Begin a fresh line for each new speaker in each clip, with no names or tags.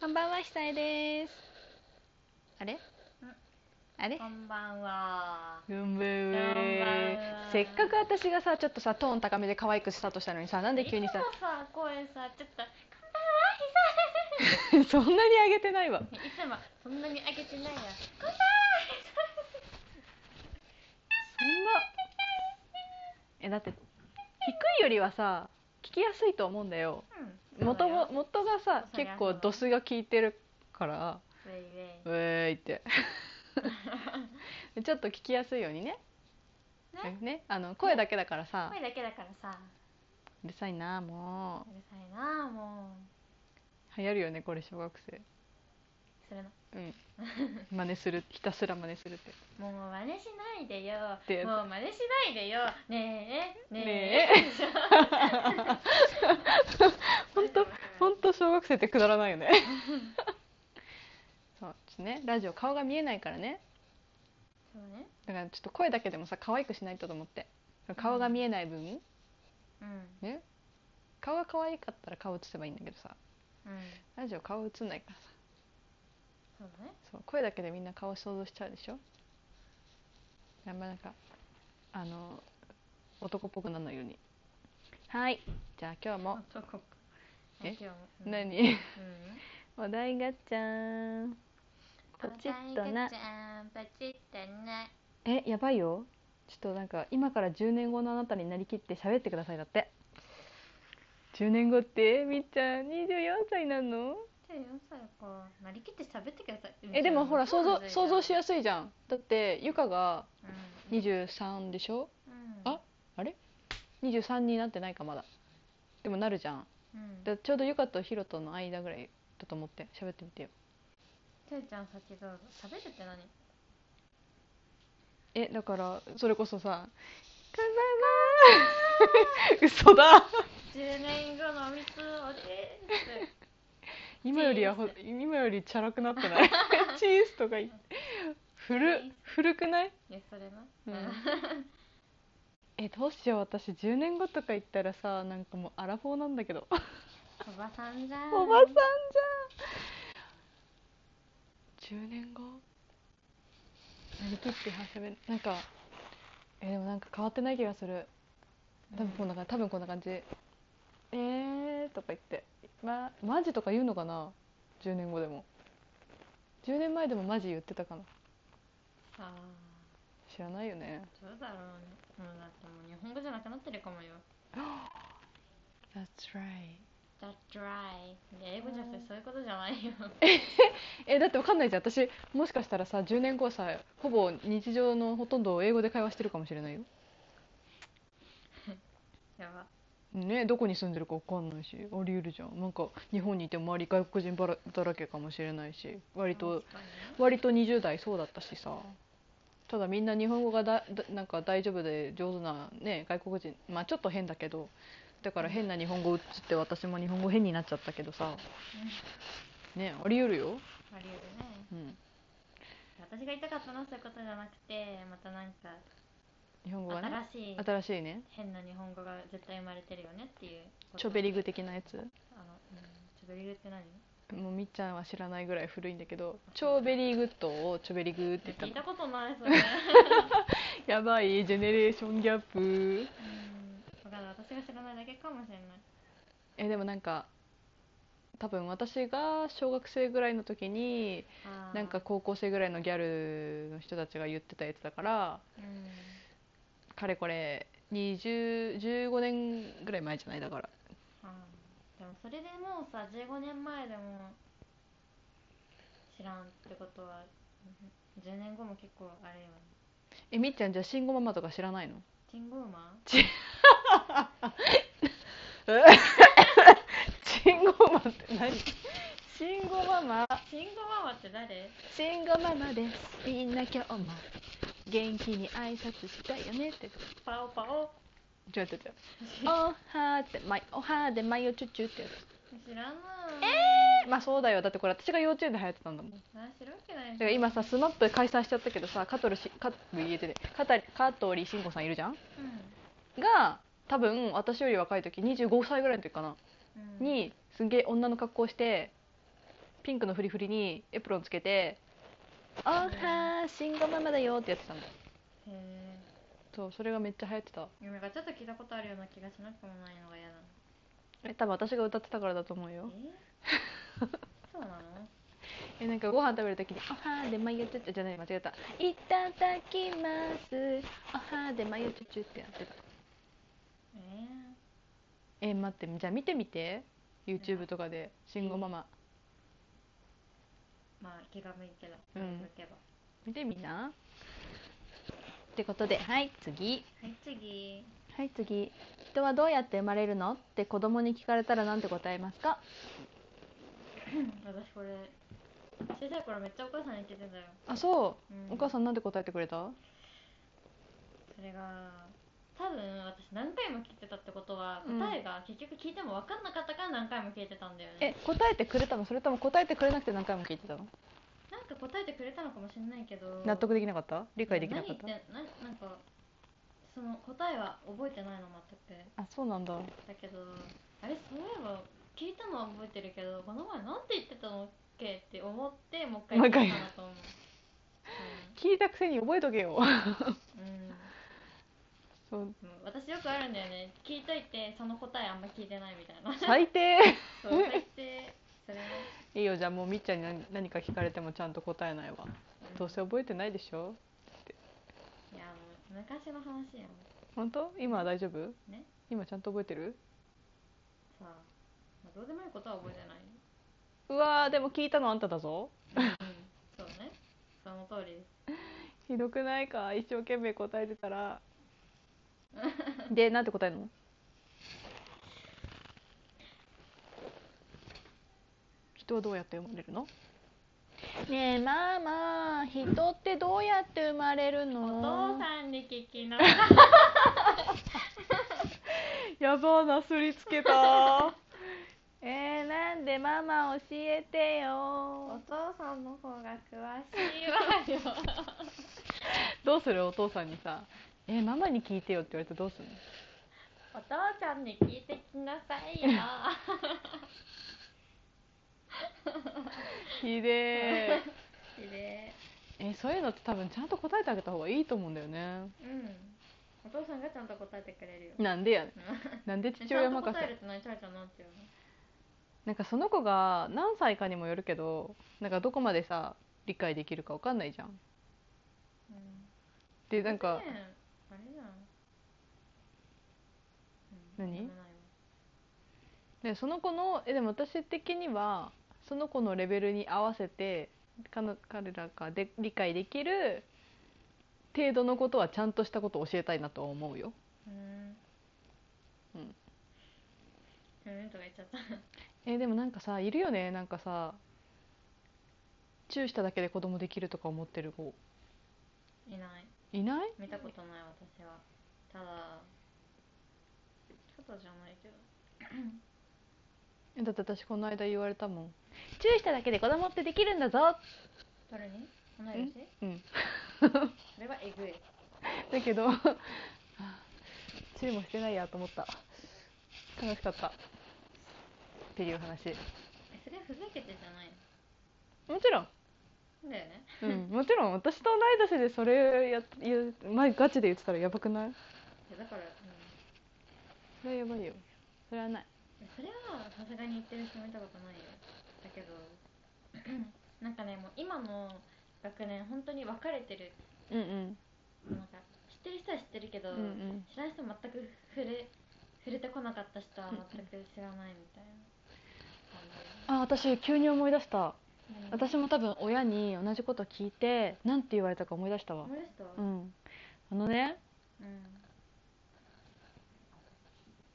こんばんは、久江です。あれあれ
こんばんは。
こんばん
こんばんは
せっかく私がさ、ちょっとさ、トーン高めで可愛くスタートしたのにさ、なんで急にさ
い、つもさ、声さ、ちょっと、こんばんは、ひ
そんなに上げてないわ。
さいつもそんなに上げてないや。こんばんは、
そんな。え、だって、低いよりはさ、聞きやすいと思うんだよ。
うん
元も
そう
元がさ、
そうだよ
結構ドスが効いてるから、
だよウェイウ
ウェーイっ て。ちょっと聞きやすいようにね。
ェイね
ね、あの声だけだからさ
声、だけだからさ、
うるさいな、も
うるさいなあ、も
う。流行るよね、これ小学生。
う。するの。
うん。真似する、ひたすら真似するって。
もう真似しないでよ。
て
もう真似しないでよ。ねえ、ね
ね
え。
本当本当小学生ってくだらないよね そうですねラジオ顔が見えないからね
そうね。
だからちょっと声だけでもさ可愛くしないとと思って顔が見えない分、
うん。
ね顔が可愛かったら顔映せばいいんだけどさ
うん。
ラジオ顔映んないからさ
そうだね。
そう声だけでみんな顔想像しちゃうでしょやっぱなんかあの男っぽくならないようにはいじゃあ今日も、
男っぽい。
え
今日もうん
何
うん。
お題ガチャーンポチッとな
お題ガチャンポチッとな
えやばいよちょっとなんか今から10年後のあなたになりきって喋ってくださいだって10年後ってみっちゃん24歳なの
じゃあ4歳かなりきって喋ってください
えでもほら想像想像し
よ
やすいじゃんだってゆかが
うん、
23でしょ
うん、
ああれ23になってないかまだでもなるじゃん
うん
だちょうどゆかとひろとの間ぐらいだと思って喋ってみてよ
てるちゃん先どうぞ喋るって何
えだからそれこそさ「こんばんは」 嘘だ
10年後のお水をおでーす
今よりはほ
チ
今よりチャラくなってない チーズとか言って古
チーズ
古くない、
いやそれな、
うん
うん、
えどうしよう私10年後とか言ったらさなんかもうアラフォーなんだけどおば
おばさんじゃん
さんじゃん10年後なりきって話しゃべんなんかえでもなんか変わってない気がする多分こんな感じ多分こんな感じえーとか言ってまマジとか言うのかな10年後でも10年前でもマジ言ってたかな
あ
知らないよね
ーどうだろうねもうだってもう日本語じゃなくなってるかもよ
That's right
That's right いや英語じゃなくてそういうことじゃないよ
えだってわかんないじゃん私もしかしたらさ10年後さほぼ日常のほとんどを英語で会話してるかもしれないよ
やば
ねどこに住んでるかわかんないしあり得るじゃんなんか日本にいても周り外国人ばらだらけかもしれないし割と
確かにね
割と20代そうだったしさただみんな日本語がだだなんか大丈夫で上手な、ね、外国人まあちょっと変だけどだから変な日本語映って私も日本語変になっちゃったけどさねあり得るよ、
あり得るね
うん、
私が言いたかったのはそういうことじゃなくてまたなんか
日本語がね
新しい
新しいね
変な日本語が絶対生まれてるよねっていうこと
チョベリグ的なやつ
あの、うん、チョベリグって何
もうみっちゃんは知らないぐらい古いんだけど「超ベリーグッド」を「チョベリグ」って言った
聞いた
の
ことな いそれう
やばいジェネレーションギャップ
ん分かんない私が知らないだけかもしれない
えでもなんか多分私が小学生ぐらいの時に
あー
なんか高校生ぐらいのギャルの人たちが言ってたやつだから
うん
かれこれ20 15年ぐらい前じゃないだから
あーでもそれでもうさ15年前でも知らんってことはうん10年後も結構あれよ
えみっちゃんじゃあ慎吾ママとか知らないの
チングーマン
慎吾ママって何慎吾ママ
チングーママって誰
慎吾ママですみんな今日も元気に挨拶したいよねって
パオパオ
違う違う違うおはーってまいおはーでまいよちゅちゅってやつ
知らない
えまあそうだよだってこれ私が幼稚園で流行ってたんだもんだ
何知るわけない
から
じゃん
今さスマップ解散しちゃったけどさ香取し香取言えてね香取香取慎吾さんいるじゃんが多分私より若い時25歳ぐらいの時かな
うんうん
にすげえ女の格好してピンクのフリフリにエプロンつけて「おーはー慎吾ママだよ」ってやってたんだ
へえ
そうそれがめっちゃ流行ってた
なんかちょっと聞いたことあるような気がしなくもないのが嫌だな
え多分私が歌ってたからだと思うよ
え そうなの
えなんかご飯食べるときに「おはーでまゆちゅちゅ」じゃない間違えた「いただきますおはーでまゆちゅちゅ」ってやってた
え
え待ってじゃあ見てみて YouTube とかで慎吾ママ
ー、まあ気が向いてば
うん
気が向けば、
見てみなってことではい次
はい次
はい次人はどうやって生まれるのって子供に聞かれたらなんて答えますか
私これ小さい頃めっちゃお母さんに聞いてたよ、
あそううお母
ん
さんなんて答えてくれた
それが多分私何回も聞いてたってことは
うん
答えが結局聞いても分かんなかったから何回も聞いてたんだよ
え
ね、
答えてくれたのそれとも答えてくれなくて何回も聞いてたの
なんか答えてくれたのかもしれないけど
納得できなかった理解できなかっ
何言
た
ってななんかその答えは覚えてないの全く
あそうなんだ
だけどあれそういえば聞いたのは覚えてるけどこの前なんて言ってたのっけって思ってもう一回聞いたんだと思う
聞いたくせに覚えとけよ
うん、うん
そう
もう私よくあるんだよね聞いといてその答えあんま聞いてないみたい な
最低
そうそしてそれも
いいよじゃあもうみっちゃんに何何か聞かれてもちゃんと答えないわ
ん
どうせ覚えてないでしょ
いやもう昔の話やもん
本当今は大丈夫
ね
今ちゃんと覚えてる
さあ、まあどうでもいいことは覚えて ないう
わーでも聞いたのあんただぞ
うんそうねその通りです
ひどくないか一生懸命答えてた らでなんて答えるの人はどうやって生まれるのねえママ人ってどうやって生まれる
お
の
父さんに聞きな
やばーなすりつけた えー、なんでママ教えてよ
父さんの方が詳しいわよ
どうするお父さんにさ「えー、ママに聞いてよ」って言われてどうするの
お父ちゃんに聞いてきなさいよ。
ひでー
きれ
えーそういうのって多分ちゃんと答えてあげた方がいいと思うんだよね
い。うん。お父さんがちゃんと答えてくれるよ。
なんでやねん
う
なんで
ん
父
ちゃ
親
んと
任
答え
せ
ると何ちゃうちゃんなんていうの。
なんかその子が何歳かにもよるけどなんかどこまでさ理解できるかわかんないじゃん
うん。
でなんか
ねえあれじゃん。うん
何
なんでもないわ
でその子のえでも私的にはその子のレベルに合わせてかの彼らがで理解できる程度のことはちゃんとしたことを教えたいなとは思うよ
うん。
うん。
うんとか言っちゃった。
えでもなんかさいるよねなんかさチューしただけで子供できるとか思ってる子
いない。
いない
見たことない私は。ただ。ただじゃないけど。
だって私この間言われたもんチューしただけで子供ってできるんだぞ
誰に？同い年？
うん
それはえぐい。
だけどチューもしてないやと思った楽しかったっていう話
えそれはふざけてじゃない
もちろん、
のだよね
うん、もちろん私と同い年でそれや言う前ガチで言ってたらやばくない
いやだから、うん、
それはやばいよそれはない
それはさすがに言ってる人見たことないよだけど なんかねもう今の学年本当に分かれてる
うんうん
なんか知ってる人は知ってるけ
う
ど、
んうん
知らない人全く触れ触れてこなかった人は全く知らないみたいな
あ
感じ
私急に思い出した
何
私も多分親に同じこと聞いてなんて言われたか思い出したわ
思い出したう、
うんんあのね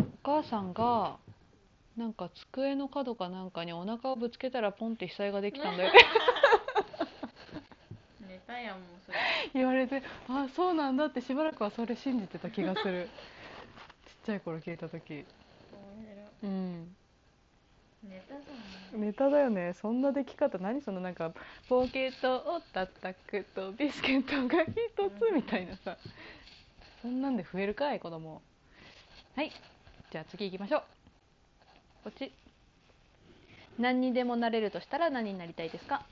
お母さんがなんか机の角かなんかにお腹をぶつけたらポンって被災ができたんだよね
ネタやんもうそれ
言われてああそうなんだってしばらくはそれ信じてた気がするちっちゃい頃聞いた時
面白い
うん
ネタじゃん
ネタだよねそんな出来方何そのなんかポケットを叩くとビスケットが一つみたいなさそんなんで増えるかい子供はいじゃあ次行きましょうこっち何にでもなれるとしたら何になりたいですか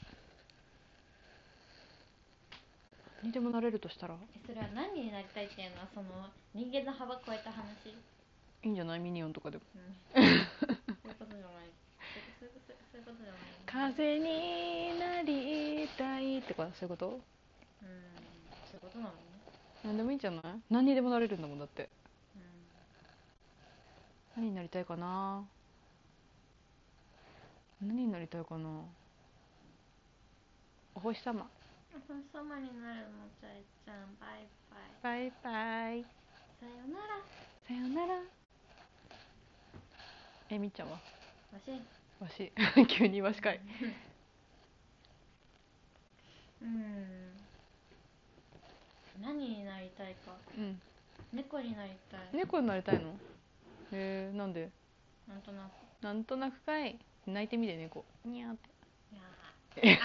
何にでもなれるとしたら
えそれは何になりたいっていうのはその人間の幅超えた話、
いいんじゃないミニオンとかでも
うん、そういうことじゃないそういうことそういうことじゃない
風になりたいってかそういうこと
うんそういうことなのね
何でもいいんじゃない何にでもなれるんだもんだって
うん
何になりたいかな何になりたいかなお星様
お星様になるのちゃいちゃんバイバイ
バイバイ
さよなら
さよならえみっちゃんは
わし
わし 急にわしかい
うん何になりたいか
うん
猫になりたい
猫になりたいのへえなんで
なんとなく
なんとなくかい泣いてみて猫にゃーって
いや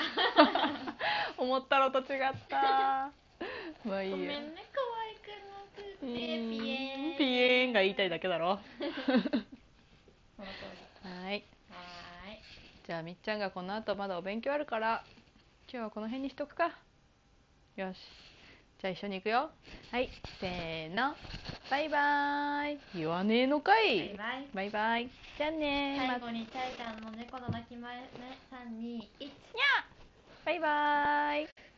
思ったのと違った まあい
ー
いや
ごめんね可愛くなくて
う
ピ
ん
エー
ピエーンが言いたいだけだろ
その通り
はい
はーい
じゃあみっちゃんがこの後まだお勉強あるから今日はこの辺にしとくかよしじゃあ一緒に行くよはいせーのバイバーイ言わねえのか
バ
い
イバイ
バイバイじゃあねーま
最
た
後にチャイちゃんの猫の鳴きまね321
バイバーイ